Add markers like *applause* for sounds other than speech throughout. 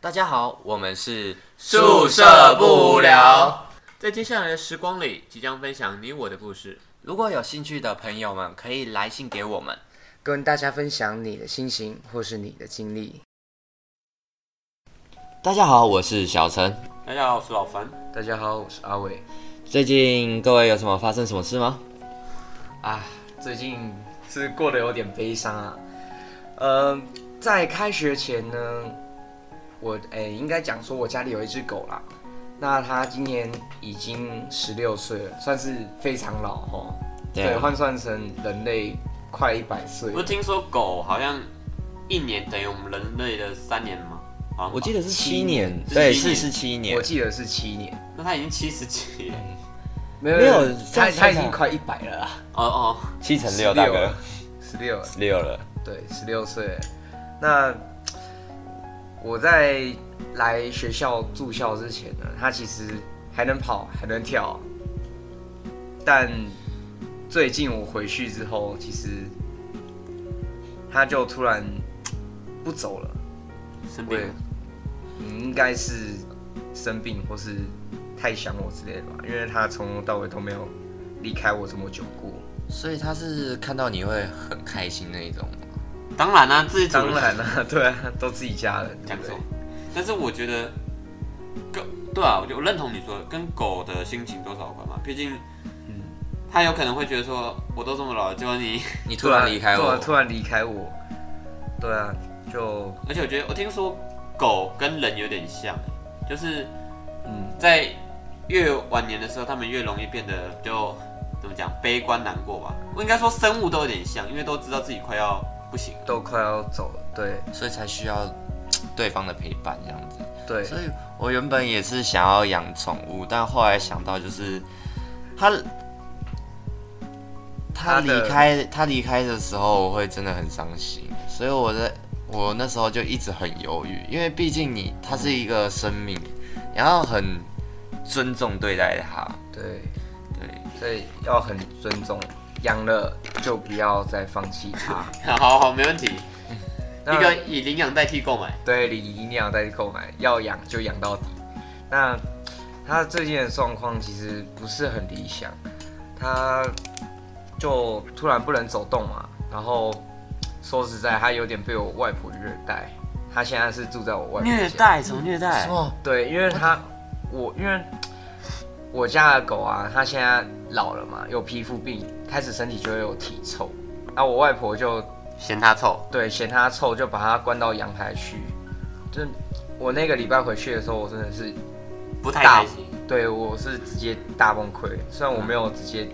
大家好，我们是宿舍不无聊。在接下来的时光里，即将分享你我的故事。如果有兴趣的朋友们，可以来信给我们。跟大家分享你的心情或是你的经历。大家好，我是小陈。大家好，我是老樊。大家好，我是阿伟。最近各位有什么发生什么事吗？啊，最近是过得有点悲伤啊。呃，在开学前呢，我诶、应该讲说我家里有一只狗啦。那它今年已经十六岁了，算是非常老哦。啊对，换算成人类快一百岁不。是听说狗好像一年等于我们人类的三年吗？好像吧哦我记得是七年，是对，七是年是七我年。记得是七年，那它已经七十几了。嗯没没有它算它已算经下快一百了啦，哦哦，七乘16六，大哥了，十六了。六了。对，十六岁。那我在来学校住校之前呢，他其实还能跑，还能跳，但最近我回去之后，其实他就突然不走了。生病对了。，嗯，应该是生病或是太想我之类的吧，因为他从头到尾都没有离开我这么久过。所以他是看到你会很开心那一种。当然啦、自己煮的当然了、对啊，都自己家人，对讲不什对么？？但是我觉得狗对啊，我就我认同你说的，跟狗的心情多少有关嘛。毕竟，嗯它有可能会觉得说，我都这么老了，结果你…… *laughs* 你突然离开对啊我，突然离开我，对啊，就而且我觉得我听说狗跟人有点像，就是嗯，在越晚年的时候，它们越容易变得就怎么讲悲观难过吧。我应该说生物都有点像，因为都知道自己快要不行了。都快要走了，对所以才需要对方的陪伴这样子。对，所以我原本也是想要养宠物，但后来想到就是他他他的离开他离开的时候，我会真的很伤心，所以我在我那时候就一直很犹豫，因为毕竟你他是一个生命，你要很尊重对待他。对，对，所以要很尊重，养了就不要再放弃它。 *laughs* *laughs* 好好好，没问题。一那个以领养代替购买，对，你一定要再去购买，要养就养到底。那他最近的状况其实不是很理想，他就突然不能走动嘛，然后说实在，他有点被我外婆虐待。他现在是住在我外婆家。待什么虐待什么？对，因为它我因为我家的狗啊，它现在老了嘛，有皮肤病，开始身体就会有体臭。啊，我外婆就嫌它臭，对嫌它臭，就把它关到阳台去。就我那个礼拜回去的时候，我真的是不太开心。对我是直接大崩溃。虽然我没有直接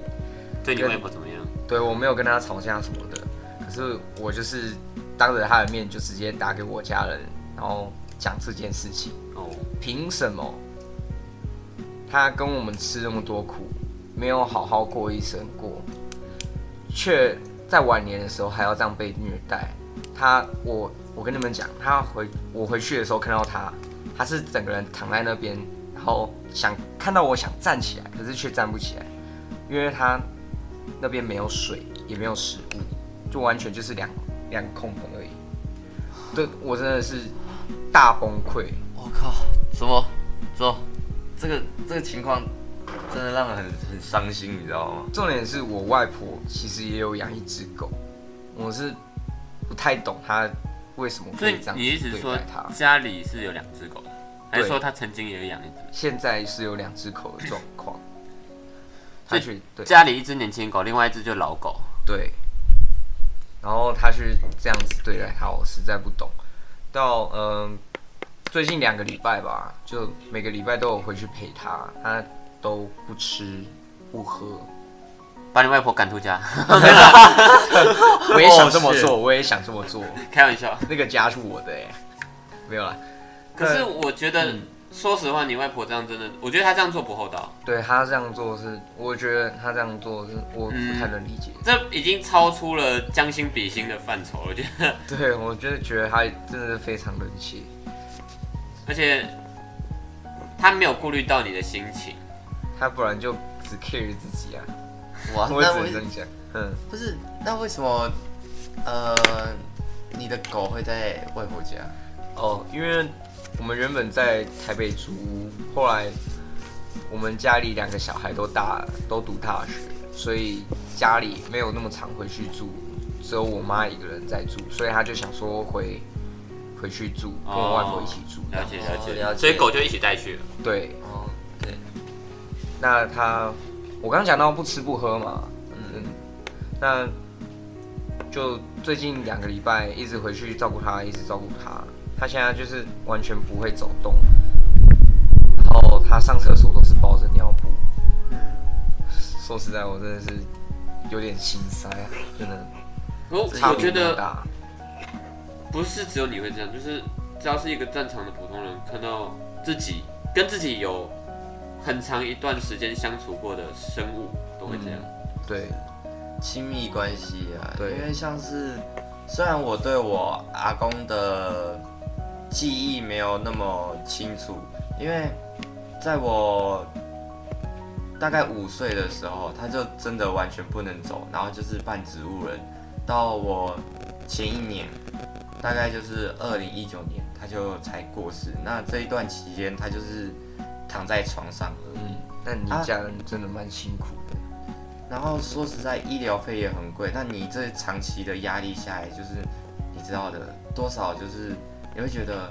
对你外婆怎么样？对我没有跟他吵架什么的，可是我就是当着他的面就直接打给我家人，然后讲这件事情。哦，凭什么他跟我们吃那么多苦，没有好好过一生过，却在晚年的时候还要这样被虐待？他，我，我跟你们讲，他回我回去的时候看到他，他是整个人躺在那边，然后想看到我想站起来，可是却站不起来，因为他那边没有水，也没有食物，就完全就是两两个空棚而已。对我真的是大崩溃。我靠！什么？什么？这个这个情况真的让人很很伤心，你知道吗？重点是我外婆其实也有养一只狗，我是不太懂她为什么所会以这样你一子直对说待它。家里是有两只狗的，还是说他曾经也有养一只？现在是有两只狗的状况，她所以去对家里一只年轻狗，另外一只就老狗。对，然后她去这样子对待它，我实在不懂。到嗯、最近两个礼拜吧，就每个礼拜都有回去陪它，它都不吃不喝。把你外婆赶出家，我也想这么是 *laughs* 哦做，我也想这么做。开玩笑。那个家是我的哎、没有啦。可是我觉得，嗯说实话，你外婆这样真的，我觉得她这样做不厚道，对他这样做是，我觉得他这样做是我不太能理解。 *laughs* 这已经超出了将心比心的范畴。我觉得， *laughs* 对，我就是觉得他真的是非常冷血。而且她没有顾虑到你的心情。他不然就只 care 自己啊，哇，我那只我能这样讲。嗯，不是，那为什么呃你的狗会在外婆家？哦，因为我们原本在台北租屋，后来我们家里两个小孩都大都读大学，所以家里没有那么常回去住，只有我妈一个人在住，所以她就想说回回去住，跟我外婆一起住。哦了解了解哦了解所以狗就一起带去了。对，哦，对，那他，我刚讲到不吃不喝嘛，嗯，那就最近两个礼拜一直回去照顾他，一直照顾他。他现在就是完全不会走动，然后他上厕所都是包着尿布。说实在，我真的是有点心塞，啊真的。我差我别觉很得大，不是只有你会这样，就是只要是一个正常的普通人，看到自己跟自己有很长一段时间相处过的生物，都会这样。嗯对，亲密关系啊，对因为像是虽然我对我阿公的记忆没有那么清楚，因为在我大概五岁的时候，他就真的完全不能走，然后就是半植物人。到我前一年，大概就是二零一九年，他就才过世。那这一段期间，他就是躺在床上而已嗯，那你啊家人真的蛮辛苦的。然后说实在，医疗费也很贵，但你这长期的压力下来，就是你知道的，多少就是你会觉得，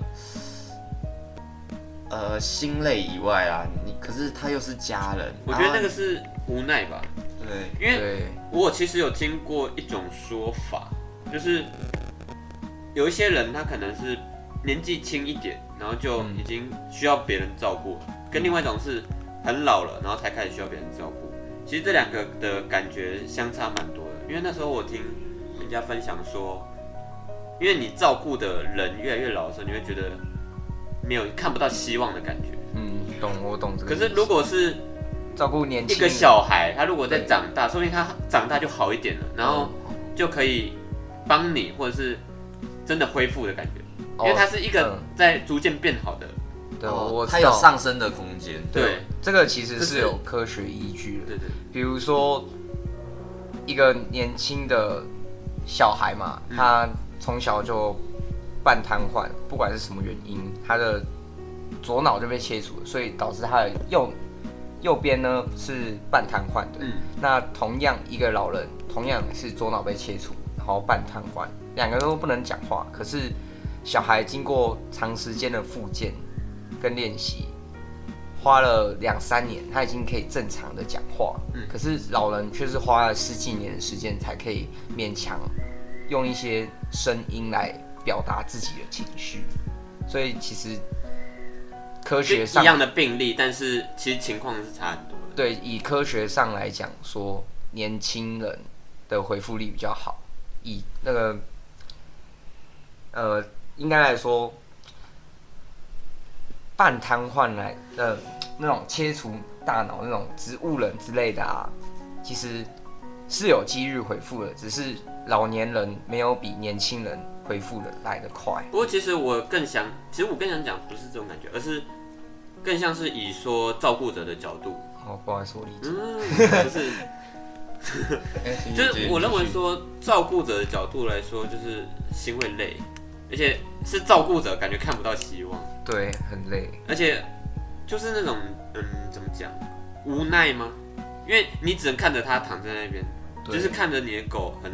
呃，心累以外啊，你可是他又是家人，我觉得那然后个是无奈吧，对，因为对，我其实有听过一种说法，就是有一些人他可能是年纪轻一点，然后就已经需要别人照顾，跟另外一种是很老了，然后才开始需要别人照顾。其实这两个的感觉相差蛮多的，因为那时候我听人家分享说，因为你照顾的人越来越老的时候，你会觉得没有看不到希望的感觉。嗯，懂我懂这个可意思。是如果是照顾年一轻个人小孩，他如果再长大，说不定他长大就好一点了，然后就可以帮你，或者是真的恢复的感觉，因为他是一个嗯在逐渐变好的。对，哦我他知有道上升的空间，对这个其实这是是有科学依据的。对对，比如说，一个年轻的小孩嘛，嗯他从小就半瘫痪，不管是什么原因，他的左脑就被切除了，所以导致他的右右边呢是半瘫痪的。嗯那同样一个老人，同样是左脑被切除，然后半瘫痪，两个都不能讲话。可是小孩经过长时间的复健跟练习，花了两三年，他已经可以正常的讲话。嗯可是老人却是花了十几年的时间才可以勉强用一些声音来表达自己的情绪。所以其实科就学上一样的病例，但是其实情况是差很多的。对，以科学上来讲说，年轻人的回复力比较好。以那个，呃，应该来说，半瘫痪来呃那种切除大脑那种植物人之类的啊，其实是有几率回复的，只是老年人没有比年轻人回复的来得快。不过其实我更想，其实我更想讲不是这种感觉，而是更像是以说照顾者的角度，哦，不好意思，我理解。嗯，不是。哎请就是我认为继续说，照顾者的角度来说，就是心会累，而且是照顾者感觉看不到希望，对，很累。而且就是那种嗯，怎么讲，无奈吗？因为你只能看着他躺在那边，对就是看着你的狗很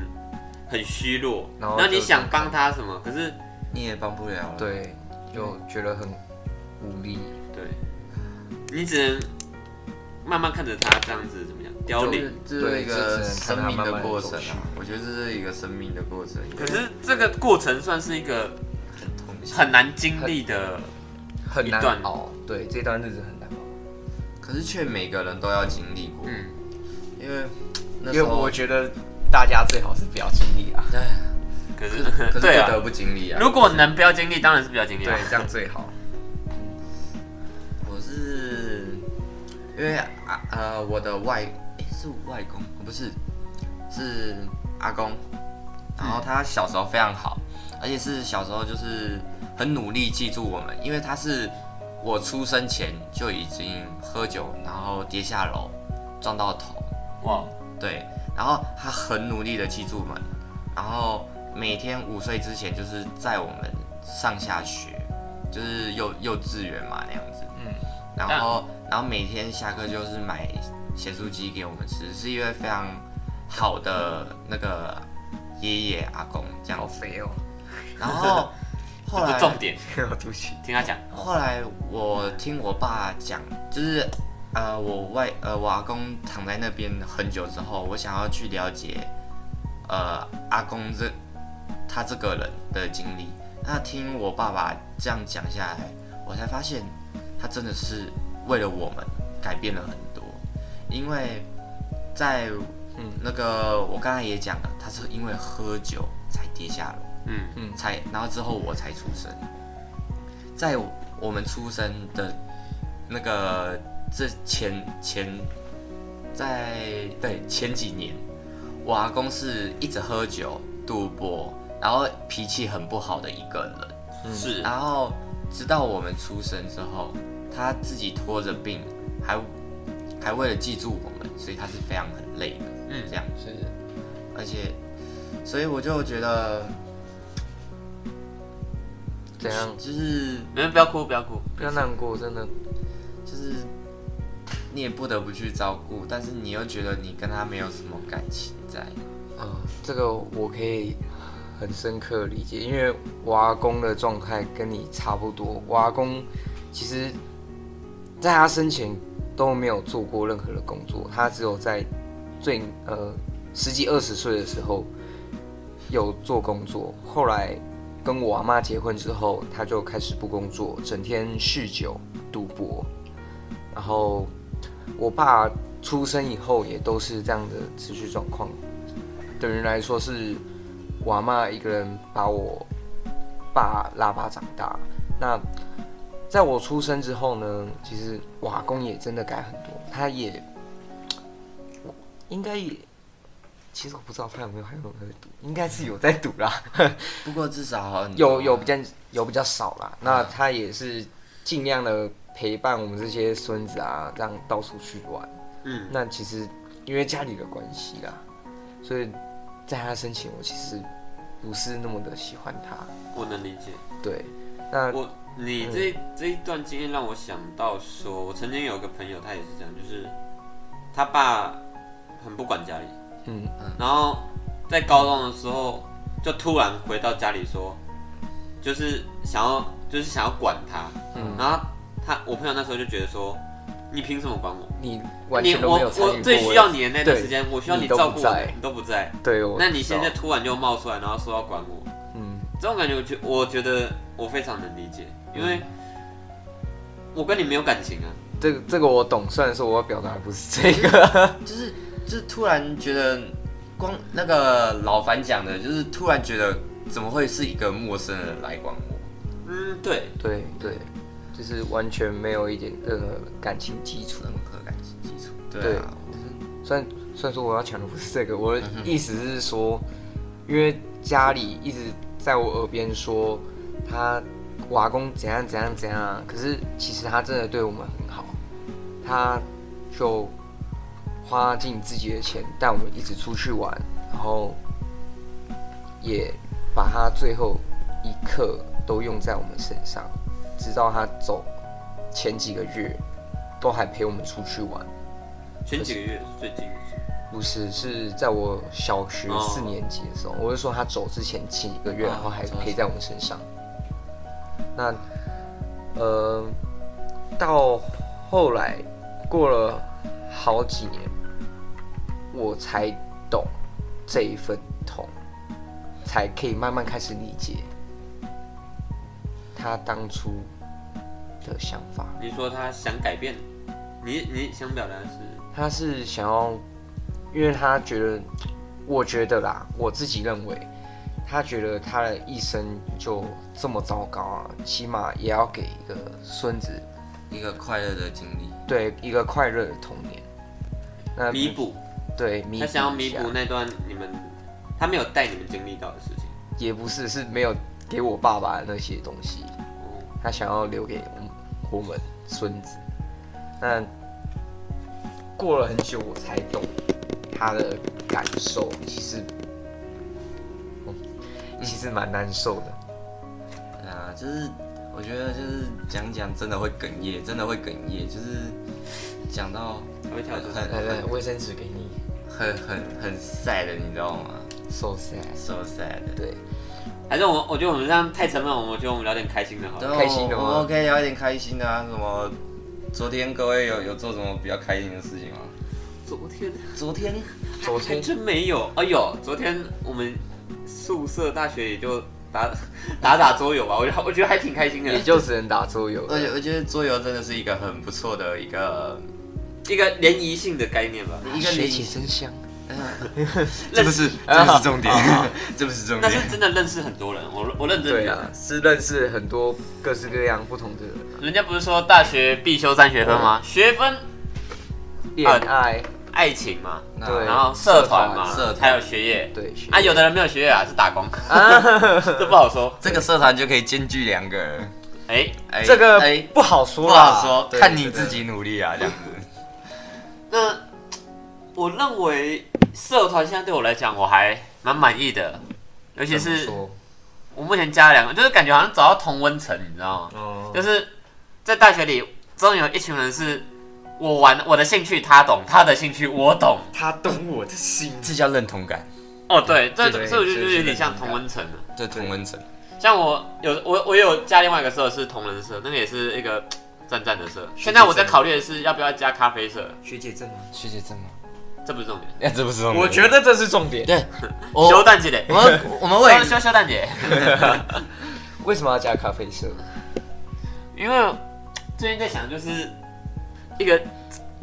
很虚弱，然然后后就你想帮他什么，可是你也帮不了了，，对，就觉得很无力。对，你只能慢慢看着他这样子怎么样凋就零是。这对是一个这只能生看它命慢慢的地过走程去啊，我觉得这是一个生命的过程，可是这个过程算是一个很难经历的，很一难段熬，对，这段日子很难熬，可是却每个人都要经历过，嗯。因为那因时为候我觉得大家最好是不要经历啊，哎可是 *laughs* 可是不对啊得，不经历啊。如果能不要经历，当然是不要经历 *laughs* 对啊。，这样最好。我是因为啊呃我的外、诶是外公哦不是是阿公，然嗯后他小时候非常好，而且是小时候就是很努力记住我们，因为他是我出生前就已经喝酒，然后跌下楼撞到头，哇，对，然后他很努力的记住我们，然后每天午睡之前就是载我们上下学，就是幼幼稚园嘛那样子，嗯，然后然后每天下课就是买咸酥鸡给我们吃，是一位非常好的那个爷爷阿公这样好子，肥哦，然后后 *laughs* 这不来是重点， *laughs* 对不起，听他讲。后来我听我爸讲，就是呃，我外呃我阿公躺在那边很久之后，我想要去了解呃阿公这他这个人的经历。那听我爸爸这样讲下来，我才发现他真的是为了我们改变了很多，因为在嗯那个我刚才也讲了，他是因为喝酒才跌下楼。嗯，嗯才，然后之后我才出生，在我们出生的那个这前前，在对前几年，我阿公是一直喝酒赌博，然后脾气很不好的一个人，是然后直到我们出生之后，他自己拖着病，还还为了记住我们，所以他是非常很累的，嗯这样。是而且，所以我就觉得，怎样？就是你们不要哭，不要哭。不要难过，真的，就是你也不得不去照顾，但是你又觉得你跟他没有什么感情在。嗯，这个我可以很深刻理解，因为我阿公的状态跟你差不多。我阿公其实在他生前都没有做过任何的工作，他只有在最呃十几二十岁的时候有做工作，后来跟我阿妈结婚之后，他就开始不工作，整天酗酒、赌博，然后我爸出生以后也都是这样的持续状况。等于来说是我阿妈一个人把我爸拉拔长大。那在我出生之后呢，其实我阿公也真的改很多，他也我应该也，其实我不知道他有没有还有没有在赌，应该是有在赌啦。 *laughs* 不过至少好很多啊有有比较有比较少啦。那他也是尽量的陪伴我们这些孙子啊，这样到处去玩。嗯，那其实因为家里的关系啦，所以在他生前，我其实不是那么的喜欢他。我能理解。对，那我你嗯这一这一段经验让我想到说，我曾经有个朋友，他也是这样，就是他爸很不管家里，嗯，然后在高中的时候就突然回到家里说，就是想要就是想要管他，嗯然后他我朋友那时候就觉得说，你凭什么管我？你完你全都我没有参与我过最需要你的那段对时间，我需要你你都照不顾我在，你都不在，对，我那你知现道在突然就冒出来，然后说要管我，嗯这种感觉，我觉我觉得我非常能理解，因为我跟你没有感情啊。这个这个我懂，虽然说我要表达的不是这个， *laughs* 就是就是突然觉得光那个老樊讲的，就是突然觉得怎么会是一个陌生人来管我？嗯，对，对对，就是完全没有一点任何感情基础。任何感情基础？对啊，虽然虽然说我要讲的不是这个，我的意思是说，因为家里一直在我耳边说他我阿公怎样怎样怎样啊，可是其实他真的对我们很好，他就花尽自己的钱带我们一直出去玩，然后也把他最后一刻都用在我们身上，直到他走前几个月都还陪我们出去玩。前几个月最近是不是，是在我小学哦四年级的时候，我是说他走之前几个月，哦然后还走陪在我们身上。那呃，到后来过了好几年，我才懂这一份痛，才可以慢慢开始理解他当初的想法。你说他想改变，你你想表达的是，他是想要，因为他觉得，我觉得啦，我自己认为，他觉得他的一生就这么糟糕啊，起码也要给一个孙子一个快乐的经历。对一个快乐的童年。那弥补，对弥补他一想要弥补下，那段你们他没有带你们经历到的事情。也不是是没有给我爸爸的那些东西，哦，他想要留给我们孙子。那过了很久，我才懂他的感受，其实，嗯其实蛮难受的。对啊，就是我觉得就是讲讲真的会哽咽，真的会哽咽，就是讲到还会跳很出来。很来来，很卫生纸给你很很很 sad 的，你知道吗，so sad。 ？so sad。对，还是我们，我觉得我们这样太沉闷，我们觉得我们聊点开心的好了。对啊开心的吗哦我们可以聊一点开心的啊，什么？昨天各位有有做什么比较开心的事情吗？昨天昨天昨还天真没有，哎呦，昨天我们宿舍大学也就打 *laughs* 打打桌游吧，我觉得我觉得还挺开心的也，就只能打桌游了，我觉我觉得桌游真的是一个很不错的一个，一个联谊性的概念吧。一个学联起谊生香。这不是这不是重点， *laughs* 这啊不是重但是点。真的认识很多人，我我认真对觉啊得，，是认识很多各式各样不同的人啊，人家不是说大学必修三学分吗？学分、恋爱，爱情嘛，那对然后社团嘛，嗯社团还有学业。对啊，有的人没有学业啊，是打工， *laughs* 这不好说。这个社团就可以兼具两个人，哎，哎这个哎不好说不啦，好说，对看你自。己努力啊， *laughs* 这样子。那我认为社团现在对我来讲，我还蛮满意的，尤其对对是怎么说我目前加了两个，就是感觉好像找到同温层，你知道吗？哦就是在大学里，终于有一群人是我玩我的兴趣他懂，他的兴趣我懂。他懂我的心，这叫认同感，哦，对，这对所以我就觉是得是有点像的同温层了。啊这同温层。像我有我我有加另外一个社是同人社，那个也是一个赞赞的社。现在我在考虑的是要不要加咖啡社，学姐正吗？学姐真吗？这不是重点。哎，这不是重点。我觉得这是重点。对，休我蛋姐嘞，我们我们为休休休蛋 *laughs* 姐，为什么要加咖啡色？因为最近在想就是一个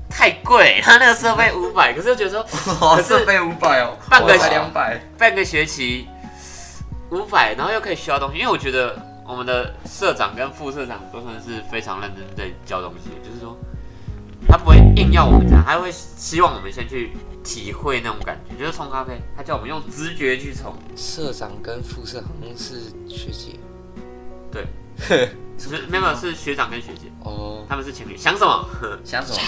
太贵，他那个设备五百，可是又觉得说可是费五百哦，半个我才百。半个学期五百，然后又可以学到东西，因为我觉得我们的社长跟副社长都算是非常认真在教东西，就是说他不会硬要我们讲，他会希望我们先去体会那种感觉，就是冲咖啡，他叫我们用直觉去冲，社长跟副社好像是学姐对，是没有没有是学长跟学姐，哦，他们是情侣，想什么？想什么？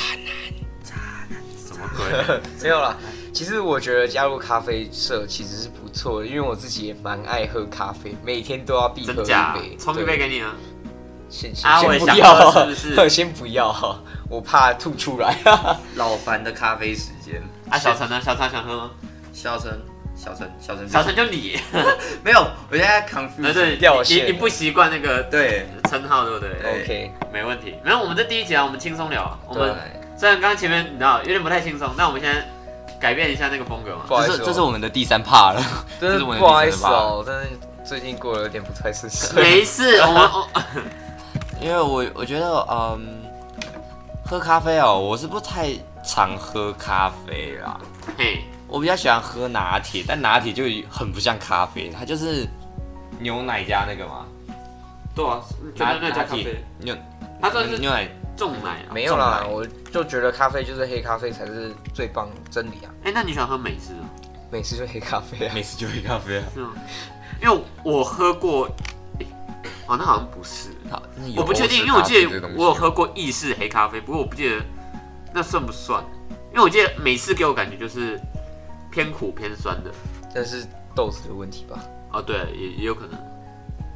什么鬼？没有啦。其实我觉得加入咖啡社其实是不错的，因为我自己也蛮爱喝咖啡，每天都要必喝真一假杯。？冲一杯给你啊！先阿先伟先不想要，喝是不是先不要， *laughs* 我怕吐出来。老樊的咖啡时间，啊，小陈呢？小陈想喝吗？小陈，小陈，小陈，小陈就你，呃没有，我现在 confused。对对，掉你线你不习惯 *laughs* 那个对称号，对不对？对 *laughs* OK，没问题，没有，我们这第一集啊，我们轻松聊啊。我对们虽然刚刚前面你知道有点不太轻松，但我们现在改变一下那个风格嘛。不好意这思是哦，这是我们的第三 part 了，真这的是我的不好意思第三 part 哦，真的最近过得有点不太顺心。 *laughs* 没 *laughs* 事，我们哦 *laughs* 因为我我觉得，嗯，喝咖啡哦，我是不太常喝咖啡啦，嘿，我比较喜欢喝拿铁，但拿铁就很不像咖啡，它就是牛奶加那个嘛，对啊，就拿嗯那那加拿咖啡铁，牛它算是牛奶重奶啊。没有啦，重我就觉得咖啡就是黑咖啡才是最棒的真理啊，哎，那你喜欢喝美式吗？美式就黑咖啡 *laughs* 啊。每次就一咖啡啊。是吗？因为我喝过，诶哦，那好像不是，好那有我不确定，欧式因为我咖记啡这个得东西我有喝过意式黑咖啡，不过我不记得那算不算，因为我记得美式给我感觉就是偏苦偏酸的。但是豆子的问题吧，哦，对，也也有可能。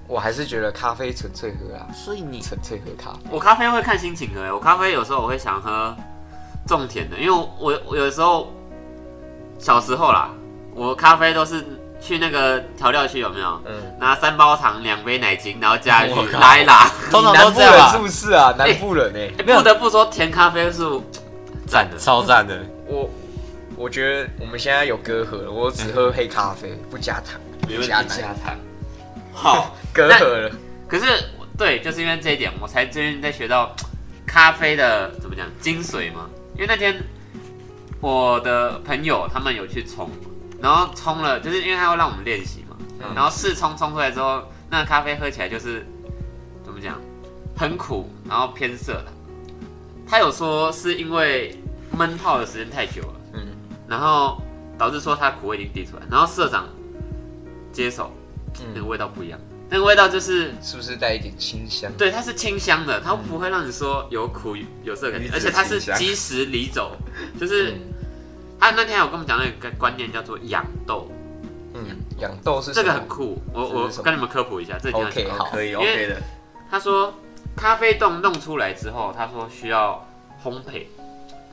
我还是觉得咖啡纯粹喝啊，所以你纯粹喝咖啡。我咖啡会看心情的欸，我咖啡有时候我会想喝重甜的，因为我我有时候小时候啦，我咖啡都是去那个调料区有没有？嗯，拿三包糖、两杯奶精，然后加一我去靠拉一拉。通常南都部这样人是吧，不是啊？南部人哎、欸不欸得不说，甜咖啡是赞的。超赞的。我我觉得我们现在有隔阂了，我只喝黑咖啡，不加糖，没问不题加奶，糖，好，隔阂了。可是对，就是因为这一点，我才最近在学到咖啡的怎么讲精髓嘛。因为那天我的朋友他们有去冲，然后冲了，就是因为他会让我们练习嘛，嗯然后试冲冲出来之后，那咖啡喝起来就是怎么讲，很苦，然后偏涩的。他有说是因为闷泡的时间太久了，嗯，然后导致说它苦味已经滴出来，然后社长接手，那个嗯，味道不一样，那个味道就是是不是带一点清香？对，它是清香的，它不会让你说有苦有涩的感觉，离子而且它是清香基石离走，就是嗯他那天有跟我们讲了一个观念叫做养豆，嗯，养豆是这个什么很酷，我这是我什么跟你们科普一下，这一定要讲 OK 好，可以因为 OK 的。他说咖啡豆弄出来之后，他说需要烘焙，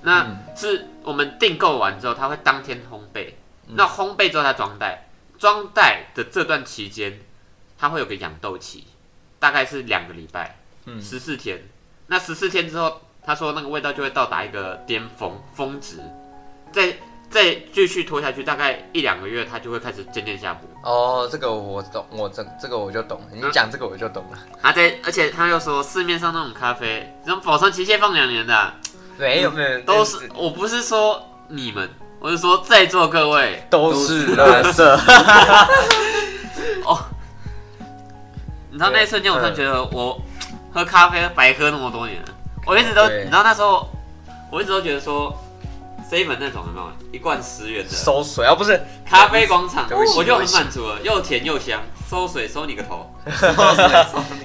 那嗯是我们订购完之后，他会当天烘焙，嗯那烘焙之后他装袋，装袋的这段期间，它会有个养豆期，大概是两个礼拜，嗯十四天。那十四天之后，他说那个味道就会到达一个巅峰峰值，再再继续拖下去，大概一两个月，它就会开始渐渐下坡。哦，这个我懂，我这这个我就懂了，你讲这个我就懂了。他在，而且他又说市面上那种咖啡，这种保存期限放两年的啊、没有没有，都是，我不是说你们，我是说在座各位都是垃圾。哦。你知道那一瞬间，我突然觉得我喝咖啡白喝那么多年了。我一直都，对你知道那时候，我一直都觉得说，seven 那种有没有一罐十元的收水啊，不是咖啡广场对不起，我就对很不起满足了，又甜又香，收水收你个头。 *laughs* 哦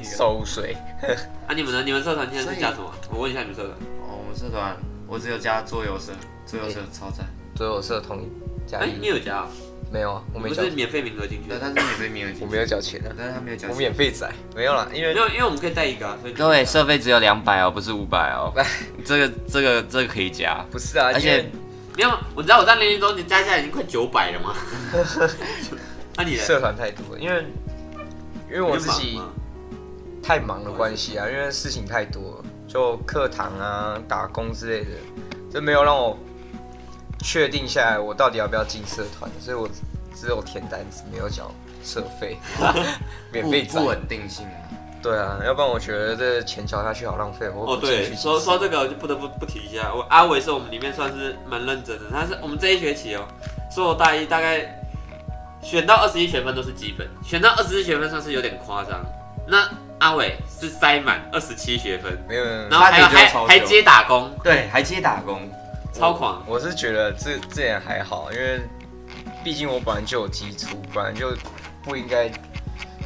收水，啊，你们呢？你们社团现在是所以叫什么？我问一下你们社团。哦，我们社团我只有加桌游社，桌游社嗯超赞，所以我社同加哎，你一有加啊？没有啊，我没不交是，免费名额进去对，但是免费名额进去我没有，缴钱啊，但是他没有缴我钱。免费仔没有啦，因为因为因为我们可以带一个啊，所以各位社费只有两百哦，不是五百 *laughs* 哦哎，这个这个这个可以加，不是啊，而因为且没有，我知道我在零零中，你加起来已经快九百了嘛。 *laughs* 那你呢？社团太多了，因为因为我自己你忙吗太忙的关系啊，因为事情太多了，就课堂啊、打工之类的，这没有让我确定下来我到底要不要进社团，所以我只有填单子，没有缴社 *laughs* 费，免不费不仔。稳定性啊。对啊，要不然我觉得这钱缴下去好浪费，我哦，不进去对，进说社说这个我就不得不不提一下，我阿伟是我们里面算是蛮认真的，他是我们这一学期哦，说我大一大概选到二十一学分都是基本，选到二十四学分算是有点夸张。那阿伟是塞满二十七学分，没有没有，没有然后还有差点还就超还久接打工，对，还接打工，超狂。我是觉得这这也还好，因为毕竟我本来就有基础，本来就不应该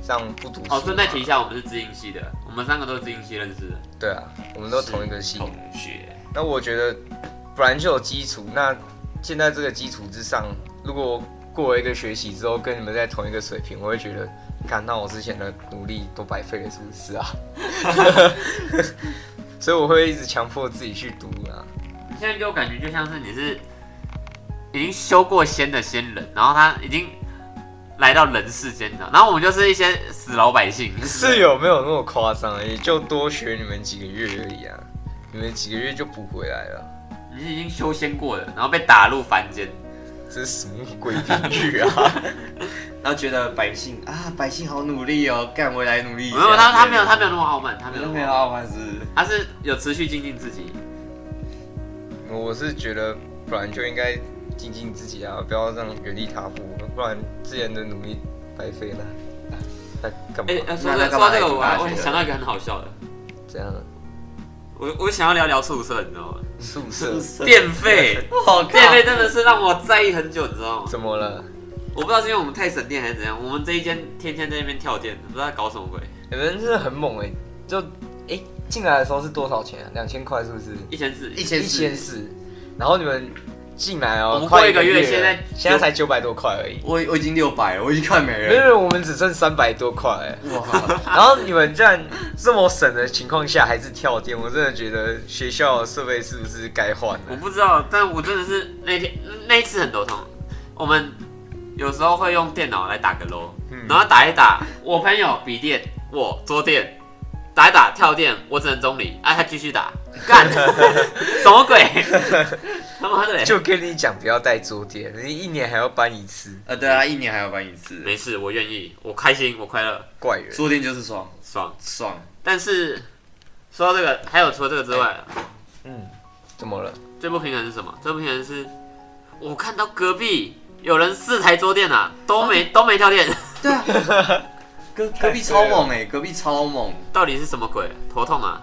这样不读书嘛。好，顺便提一下，我们是知音系的，我们三个都是知音系认识的。对啊，我们都同一个系。同学，那我觉得本来就有基础，那现在这个基础之上，如果过了一个学期之后跟你们在同一个水平，我会觉得，看那我之前的努力都白费了，是不是啊？ *laughs* 所以我会一直强迫自己去读啊。你现在给我感觉就像是你是已经修过仙的仙人，然后他已经来到人世间了，然后我们就是一些死老百姓。是有没有那么夸张啊？也就多学你们几个月而已啊，你们几个月就补回来了，你是已经修仙过的，然后被打入凡间。这是什么鬼地狱啊？ *laughs* 然后觉得百姓啊，百姓好努力哦，干我也来努力一下。没有他，他没有，他没有那么傲慢，他没有那有，么没有傲傲慢，慢是。他是有持续精进自己。我是觉得本来就应该精进自己啊，不要这样原地踏步，不然之前的努力白费了。那干哎、嘛？呃说那到他干嘛来说到这个，读我大还学我还想到一个很好笑的，这样我我想要聊聊宿舍，你知道吗？宿舍 *laughs* 电费，我电费真的是让我在意很久，你知道吗？怎么了？我不知道是因为我们太省电还是怎样，我们这一间天天在那边跳电，不知道在搞什么鬼，你们真的很猛哎、就哎进、来的时候是多少钱、啊？两千块是不是？一千四，一千一千四，四，然后你们进来哦，我们快过一个个月了现在现在才九百多块而已。我我已经六百了，我已经快没没有，了。没有我们只剩三百多块哎、哇，然后你们居然这么省的情况下还是跳电，我真的觉得学校的设备是不是该换我了？不知道，但我真的是那天那一次很头痛。我们有时候会用电脑来打个 low，、嗯然后打一打，我朋友笔电，我桌电，打一打跳电，我只能中离，啊，他继续打，干， *laughs* 什么鬼？他妈的嘞！就跟你讲不要带桌垫，你一年还要搬一次，呃，对啊，一年还要搬一次，没事，我愿意，我开心，我快乐，怪人。说不定就是爽爽。爽。但是说到这个，还有除了这个之外，嗯，怎么了？最不平衡是什么？最不平衡是，我看到隔壁有人四台桌垫啊，都没都没跳电，对啊，隔隔壁超猛哎、欸隔壁超猛，到底是什么鬼？头痛啊！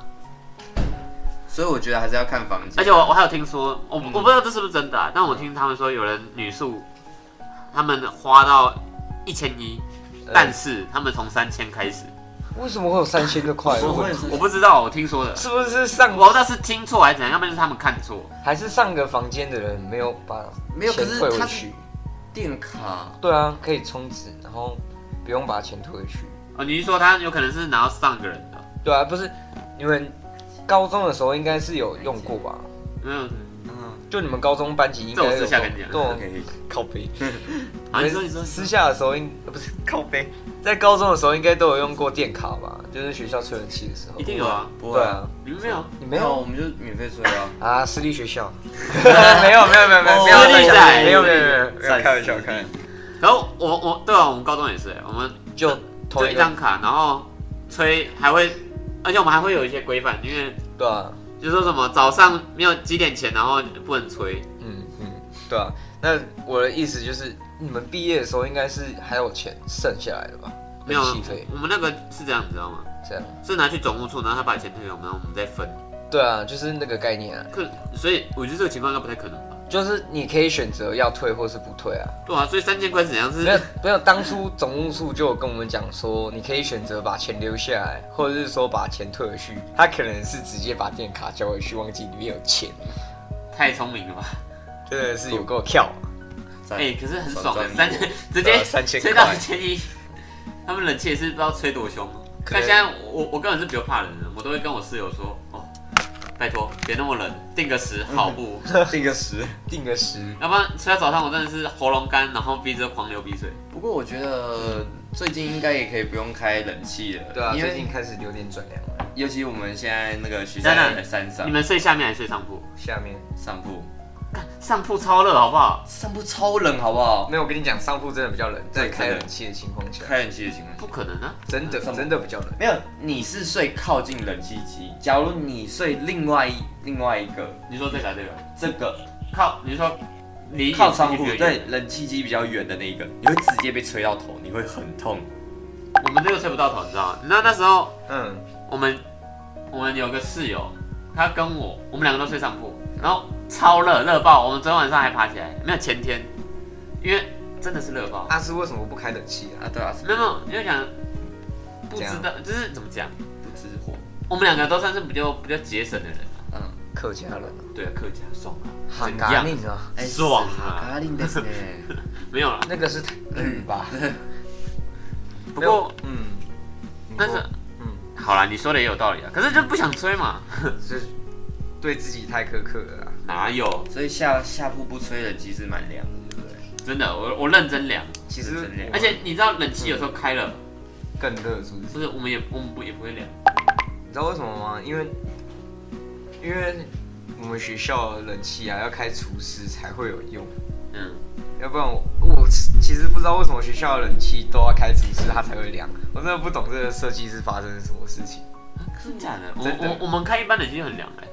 所以我觉得还是要看房间。而且我我还有听说，我我不知道这是不是真的啊、但我听他们说有人女宿，他们花到一千一，但是他们从三千开始，呃为什么会有三千多块？我会我不知道，我听说的，是不是上我不知道是听错还是怎样，要不然就是他们看错。还是上个房间的人没有把没有可钱是退他回是去？电卡，对啊，可以充值，然后不用把钱退回去。哦，你是说他有可能是拿到上个人的？对啊，不是你们高中的时候应该是有用过吧？没有，就你们高中班级应该这有我私下跟你讲对啊， OK，靠背。啊，你说你说，私下的时候应呃不是靠背，在高中的时候应该都有用过电卡吧？就是学校吹冷气的时候一。定有啊，不会对啊，你们没有？你没没有，有我们就免费吹 *laughs* 啊。啊？私立学校？没有没有没有没有没有私立仔没有没有没有没有在开玩笑开玩笑，然后我我对啊，我们高中也是，我们就就同一一个张卡，然后吹还会，而且我们还会有一些规范，因为对啊，就说什么早上没有几点前，然后不能吹。嗯嗯对啊。那我的意思就是，你们毕业的时候应该是还有钱剩下来的吧？没有啊冷气费，我们那个是这样，你知道吗？这样。是拿去总务处，然后他把钱退给我们，然后我们再分。对啊，就是那个概念啊，可所以我觉得这个情况应该不太可能吧？就是你可以选择要退或是不退啊。对啊，所以三千块是怎样？是没有没有，当初总务处就有跟我们讲说，你可以选择把钱留下来，或者是说把钱退回去。他可能是直接把电卡交回去，忘记里面有钱，太聪明了吧？真的是有够跳。赞哎、可是很爽的，爽赚三千直接对啊三千吹到块一千一，他们冷气也是不知道吹多凶。可但能现在我我根本是不用怕冷的，我都会跟我室友说，哦，拜托别那么冷，定个时好不？嗯 *laughs* 定个 *laughs* 十。定个时，要不然吹到早上我真的是喉咙干，然后鼻子狂流鼻水。不过我觉得最近应该也可以不用开冷气了，对啊，因最为近开始有点转凉了。尤其我们现在那个徐当然在山啊上你们睡下面还是睡上铺？下面上铺，上铺超热，好不好？上铺超冷，好不好？没有，我跟你讲，上铺真的比较冷，在对开真的冷气的情况下，开冷气的情况下不可能啊！真的上铺真的比较冷。没有，你是睡靠近冷气机。假如你睡另外一另外一个你说这个这个这个靠，你说离靠窗户远，一点对，，冷气机比较远的那一个，你会直接被吹到头，你会很痛。我们这个吹不到头，你知道吗？那那时候嗯，我们我们有个室友，他跟我，我们两个都睡上铺，然后超热，热爆！我们昨天晚上还爬起来，没有前天，因为真的是热爆。阿斯为什么不开冷气啊，啊？对啊，没有没有，因为讲不怎知样道，就是怎么讲，不知火，我们两个都算是比较比较节省的人啊嗯，客家人啊，对，客家爽啊，哈怎嘎样？令啊，哎爽啊是嘎令的耶 *laughs* 没有了。那个是台日语吧？不过嗯，你但说是嗯。好啦，你说的也有道理啊，可是就不想吹嘛。就是对自己太苛刻了啦。啊哪有？所以下下铺不吹冷气是蛮凉的，对不对？真的，我我认真量，其实真的啊我而且你知道冷气有时候开了，更热是不是？不是我们也我们不也不会量，你知道为什么吗？因为因为我们学校的冷气啊要开除湿才会有用，嗯，要不然我我其实不知道为什么学校的冷气都要开除湿它才会凉，我真的不懂这个设计是发生了什么事情。真啊假的？我真的我我们开一般冷气就很凉哎、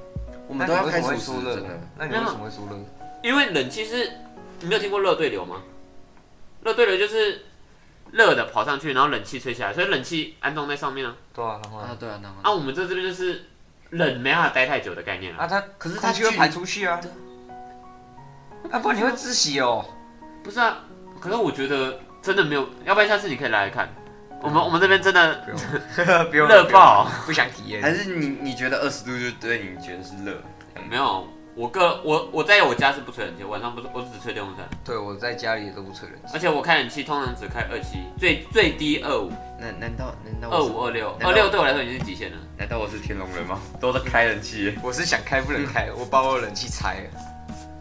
我们都要那开你除为什湿么会说真热的。？那你为什么会说热？因为冷气是，你没有听过热对流吗？热对流就是热的跑上去，然后冷气吹下来，所以冷气安装在上面啊。对啊，然后啊，对啊，那啊，我们在这边就是冷没办法待太久的概念啊。啊它可是它就会距离排出去啊，啊不然你会窒息哦。不是啊，可是我觉得真的没有，要不然下次你可以来来看，我们我们这边真的不 *laughs* 用了，不用了热，爆。不想体验。还是你你觉得二十度就对你觉得是热？没有，我个我我在我家是不吹冷气，晚上不是我只吹电风扇，对，我在家里也都不吹冷气。而且我开冷气通常只开二七，最最低二五、难难道难道二我是五、二六，难道二六对我来说已经是极限了。难道我是天龙人吗？ *laughs* 都在开冷 *laughs* 气耶，我是想开不能开，我把我的冷气拆了。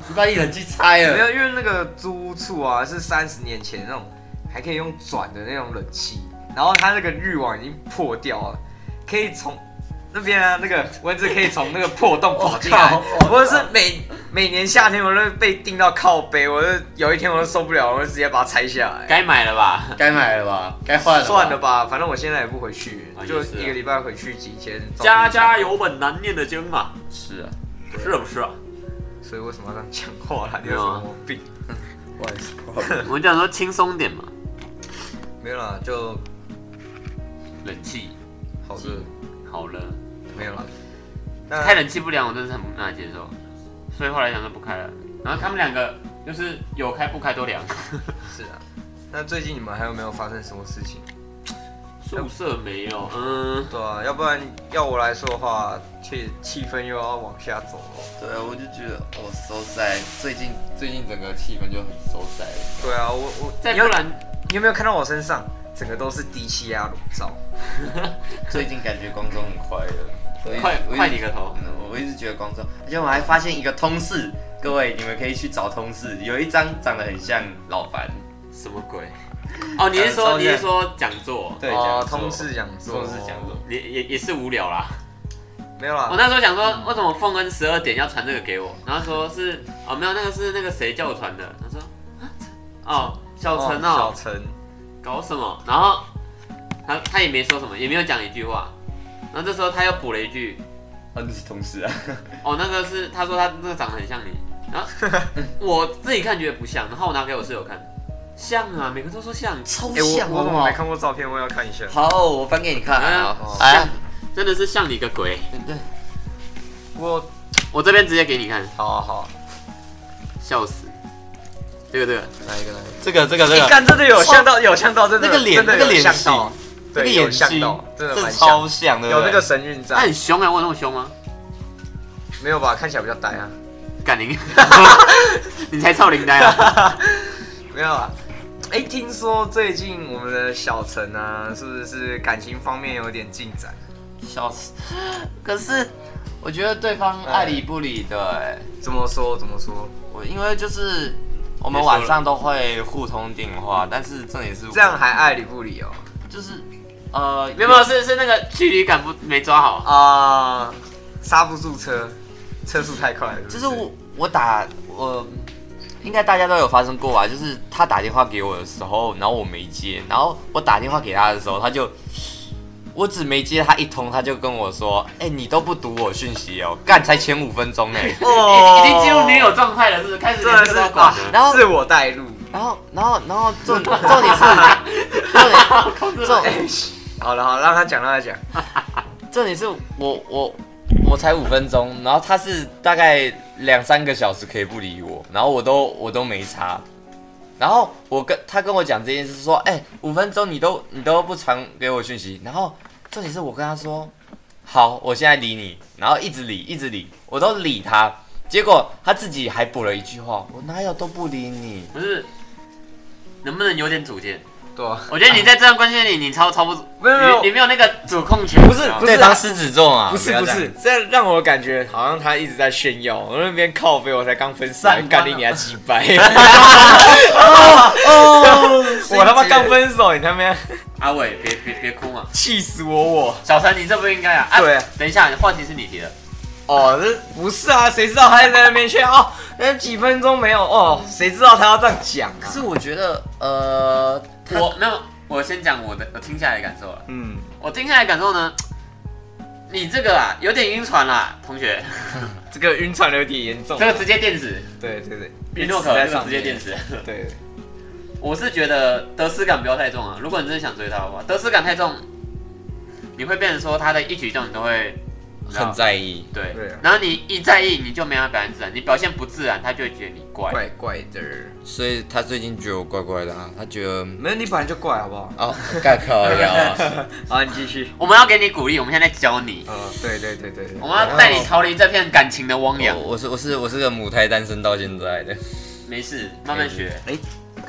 你把你冷气拆没了。有，因为那个租屋处啊是三十年前那种还可以用转的那种冷气，然后它那个滤网已经破掉了，可以从那边啊那个蚊子可以从那个破洞跑进来。我是每每年夏天我都被叮到靠背，我就有一天我都受不了，我就直接把它拆下来。该买了 *laughs* 吧？该买了吧，该换了。算了，吧，反正我现在也不回去啊，也就是啊一个礼拜回去几天。家家，有本难念的经嘛，是啊，是不是 *laughs* 啊？所以为什么要这样讲话啦？你有什么毛病？不好意思，不好意思。我们讲说轻松点嘛，没有啦，就冷气好热，好了，没有啦。那开冷气不凉我真的是很无法接受，所以后来想说不开了。然后他们两个就是有开不开都凉，是啊。那最近你们还有没有发生什么事情？宿舍没有，嗯，对啊，要不然要我来说的话，气气氛又要往下走了。对，啊我就觉得我收塞，最近最近整个气氛就很收塞了。对啊，我我再你不有然你有没有看到我身上？整个都是低气压笼罩。最近感觉光中很快乐，我一直快我一直快你个头！嗯我一直觉得光中，而且我还发现一个通事，各位你们可以去找通事，有一张长得很像老樊，什么鬼？哦，你是讲说座你是说讲座？对，哦讲，座通识讲座，通识讲座，也也也是无聊啦。没有我啦，那时候想说，为什么凤恩十二点要传这个给我？然后说是哦，没有，那个是那个谁叫我传的。他说啊，哦，小陈小哦，陈，搞什么？然后他他也没说什么，也没有讲一句话。然后这时候他又补了一句，哦，那是同事啊，哦，那个是他说他那个长得很像你，然后我自己看觉得不像，然后我拿给我室友看，像啊，每个都说像，超哎，我我好怎不么好哦没？看过照片？我要看一下。好，我翻给你看啊，嗯好哎，真的是像你个鬼！对，我，我这边直接给你看，好啊好啊，笑死。这个这个，哪一个哪一个？这个这个这哎，个，干真的有像到，有像到，真的那个脸真的有那个脸像到型，对，这个有眼像睛到，真的这蛮超像，像的，有那个神韵他在，很凶啊，我有那么凶吗？没有吧？看起来比较呆啊，敢灵， *laughs* 你才超灵呆 *laughs* 啊！没有啊。哎，听说最近我们的小陈啊，是不是感情方面有点进展？ *laughs* 笑死，可是我觉得对方爱理不理的、哎，怎么说？怎么说？我因为就是我们别说了晚上都会互通电话，但是重点是这样还爱理不理哦？就是呃没有没有，是是那个距离感不没抓好，啊、刹不住车，车速太快了是不就是我我打我应该大家都有发生过吧，就是他打电话给我的时候，然后我没接，然后我打电话给他的时候，他就我只没接他一通，他就跟我说：“哎、你都不读我讯息哦，干才前五分钟呢、哦已经进入女友状态了，是不是？开始真的连是这都管 *laughs* 哇了，，然后自我带入。 *laughs* 然后，然后，然后重 *laughs* 重点是，重点控制重哎、好了好了，让他讲，让他讲。重点是我我我才五分钟，然后他是大概两三个小时可以不理我，然后我都我都没差。然后我跟他跟我讲这件事，说，哎、五分钟你都你都不传给我讯息，然后重点是我跟他说，好，我现在理你，然后一直理一直理，我都理他，结果他自己还补了一句话，我哪有都不理你，不是，能不能有点主见？对、啊，我觉得你在这段关系里，你超超不，没有没有你你没有那个主控权。不是不是对方狮子座啊，不是要不这样是，这样让我感觉好像他一直在炫耀。我那边靠背，我才刚分 *laughs* 手，干你你还几 *laughs* 百。我他妈刚分手，你他妈阿伟，别别别哭嘛！气死我我！小陈，你这不应该啊！啊对，等一下，话题是你提的。哦，这不是啊，谁知道他在那边炫耀？哦，那几分钟没有哦，谁知道他要这样讲啊可？ *laughs* 是我觉得，呃，他我没有，我先讲我的，我听下来的感受了。嗯，我听下来的感受呢，你这个啊，有点晕船啦，同学，这个晕船的有点严重。这个直接电死，对对对，云诺可这个直接电死。对，我是觉得得失感不要太重啊，如果你真的想追他的话，得失感太重，你会变成说他的一举一动你都会你知道很在意，对，对啊然后你一在意，你就没办法表现自然，你表现不自然，他就会觉得你怪。怪怪的，所以他最近觉得我怪怪的啊，他觉得没有你本来就怪，好不好？哦，干可以 *laughs* 啊，好，你继续。我们要给你鼓励，我们现在在教你，呃，对对对对对，我们要带你逃离这片感情的汪洋。哦我我是我是我是个母胎单身到现在 *laughs* 的，没事，慢慢学。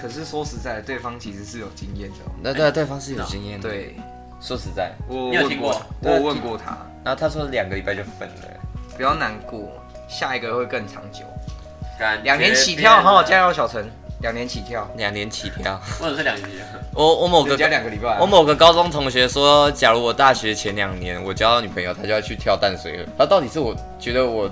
可是说实在，对方其实是有经验的哦。那对对方是有经验的，，对，说实在，我你有问听过我有问过他，然后他说两个礼拜就分了，不要难过，下一个会更长久。感觉两年起跳，好好加油，油，小陈。两年起跳，两年起跳，或者是两年起跳。 *laughs* 我我某个人家两个礼拜啊。我某个高中同学说，假如我大学前两年我交到女朋友，他就要去跳淡水河，他到底是我觉得我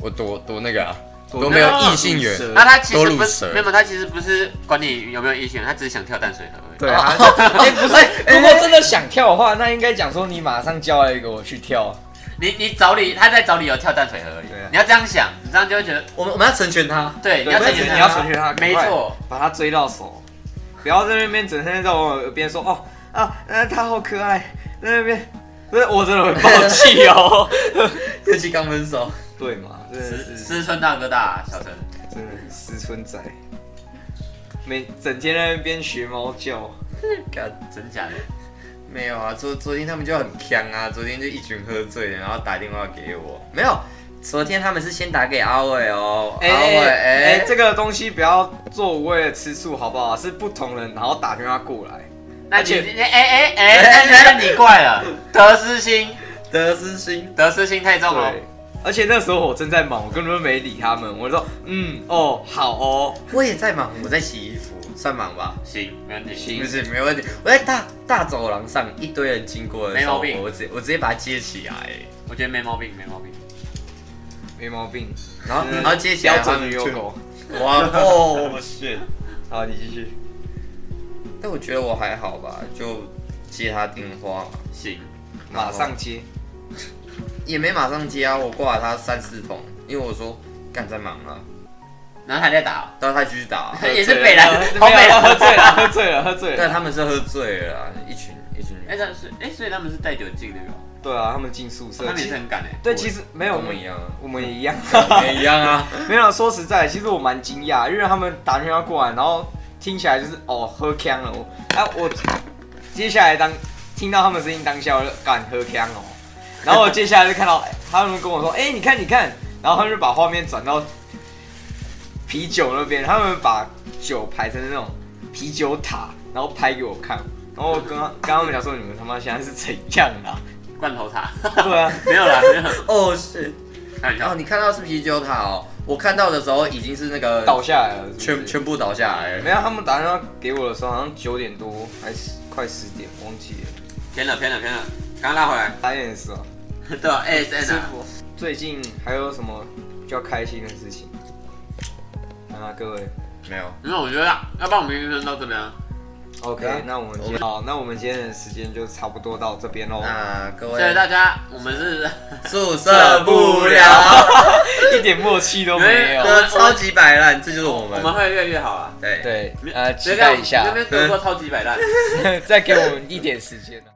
我多多那个啊，多没有异性缘，多那他其实多不入是，蛇没有，他其实不是管你有没有异性缘，他只是想跳淡水河而已。对啊， *laughs* 哎不是，如果真的想跳的话，那应该讲说你马上交了一个我去跳。你你找理，他在找理由跳淡水河而已对啊。你要这样想，你这样就会觉得，我们我们要成全 *laughs* 他，哎对，你要对成全他你要成全他赶快没错。把他追到手，不要在那边整天在我耳边说哦啊，呃，他好可爱，在那边，不是我真的会爆 *laughs* 气哦。尤其刚分手，对嘛，真的思是思春大哥大，小陈，真的是思春仔，每整天在那边学猫叫，干真假的？没有啊，昨昨天他们就很呛啊，昨天就一群喝醉的，然后打电话给我，没有，昨天他们是先打给阿伟哦，哎阿伟哎、哎，这个东西不要做为了吃醋好不好？是不同人然后打电话过来，那而你且你哎哎哎，那那你怪 *laughs* 了，得失心，得失心。得失心太重了。对，哦而且那时候我正在忙，我根本没理他们。我就说，嗯，哦，好哦，我也在忙，我在洗衣服，算忙吧。行，没问题。不是没问题，我在大大走廊上一堆人经过的时候，没毛病我直接我直接把它接起来，我觉得没毛病，没毛病。没毛病。然后嗯然后接起来标他准们的就有狗。哇 *laughs* 哦！ shit！好，你继续。但我觉得我还好吧，就接他电话，行，马上接。也没马上接啊，我挂了他三四通，因为我说干在忙啊，然后还在打哦，但他继续打、也是北兰，好没北有兰。喝醉了，喝醉了，喝醉但了。他们是喝醉了啊，一群一群女哎，这是哎，所以他们是带酒进那个哦，对啊，他们进宿他舍。们也其是实很敢哎。对，其实没有跟我们一，样啊，我们也一样。也一样啊， *laughs* 没有，说实在，其实我蛮惊讶，因为他们打电话过来，然后听起来就是哦喝呛了，我啊我接下来当听到他们声音当下，我就敢喝呛哦，然后我接下来就看到 *laughs* 哎他们跟我说，哎、你看你看，然后他们就把画面转到啤酒那边，他们把酒排成那种啤酒塔，然后拍给我看，然后我跟他跟他们讲说你们他妈现在是怎样啦、罐头塔对啊， *laughs* 没有啦，没有啦，哦是，开玩然后笑。你看到是啤酒塔哦，我看到的时候已经是那个倒下来了是不是全全部倒下来了没。有，他们打电话给我的时候好像九点多，还是快十点，忘记了。偏了，偏了，偏了，刚拉回来。打眼是哦， *laughs* 对啊，ASN 啊，傅。最近还有什么比较开心的事情？啊，各位没有，那我觉得啊要不然我们今天到这边啊。 ，OK，、啊那我们今天好，那我们今天的时间就差不多到这边喽，那各谢谢位大家，我们是宿舍不聊，一点默契都没没有有。呃超级摆烂，这就是我我们们会越来越好啊。对。对没，呃，期待一下 *laughs* 那，边得过超级摆烂。再给我们一点时间啊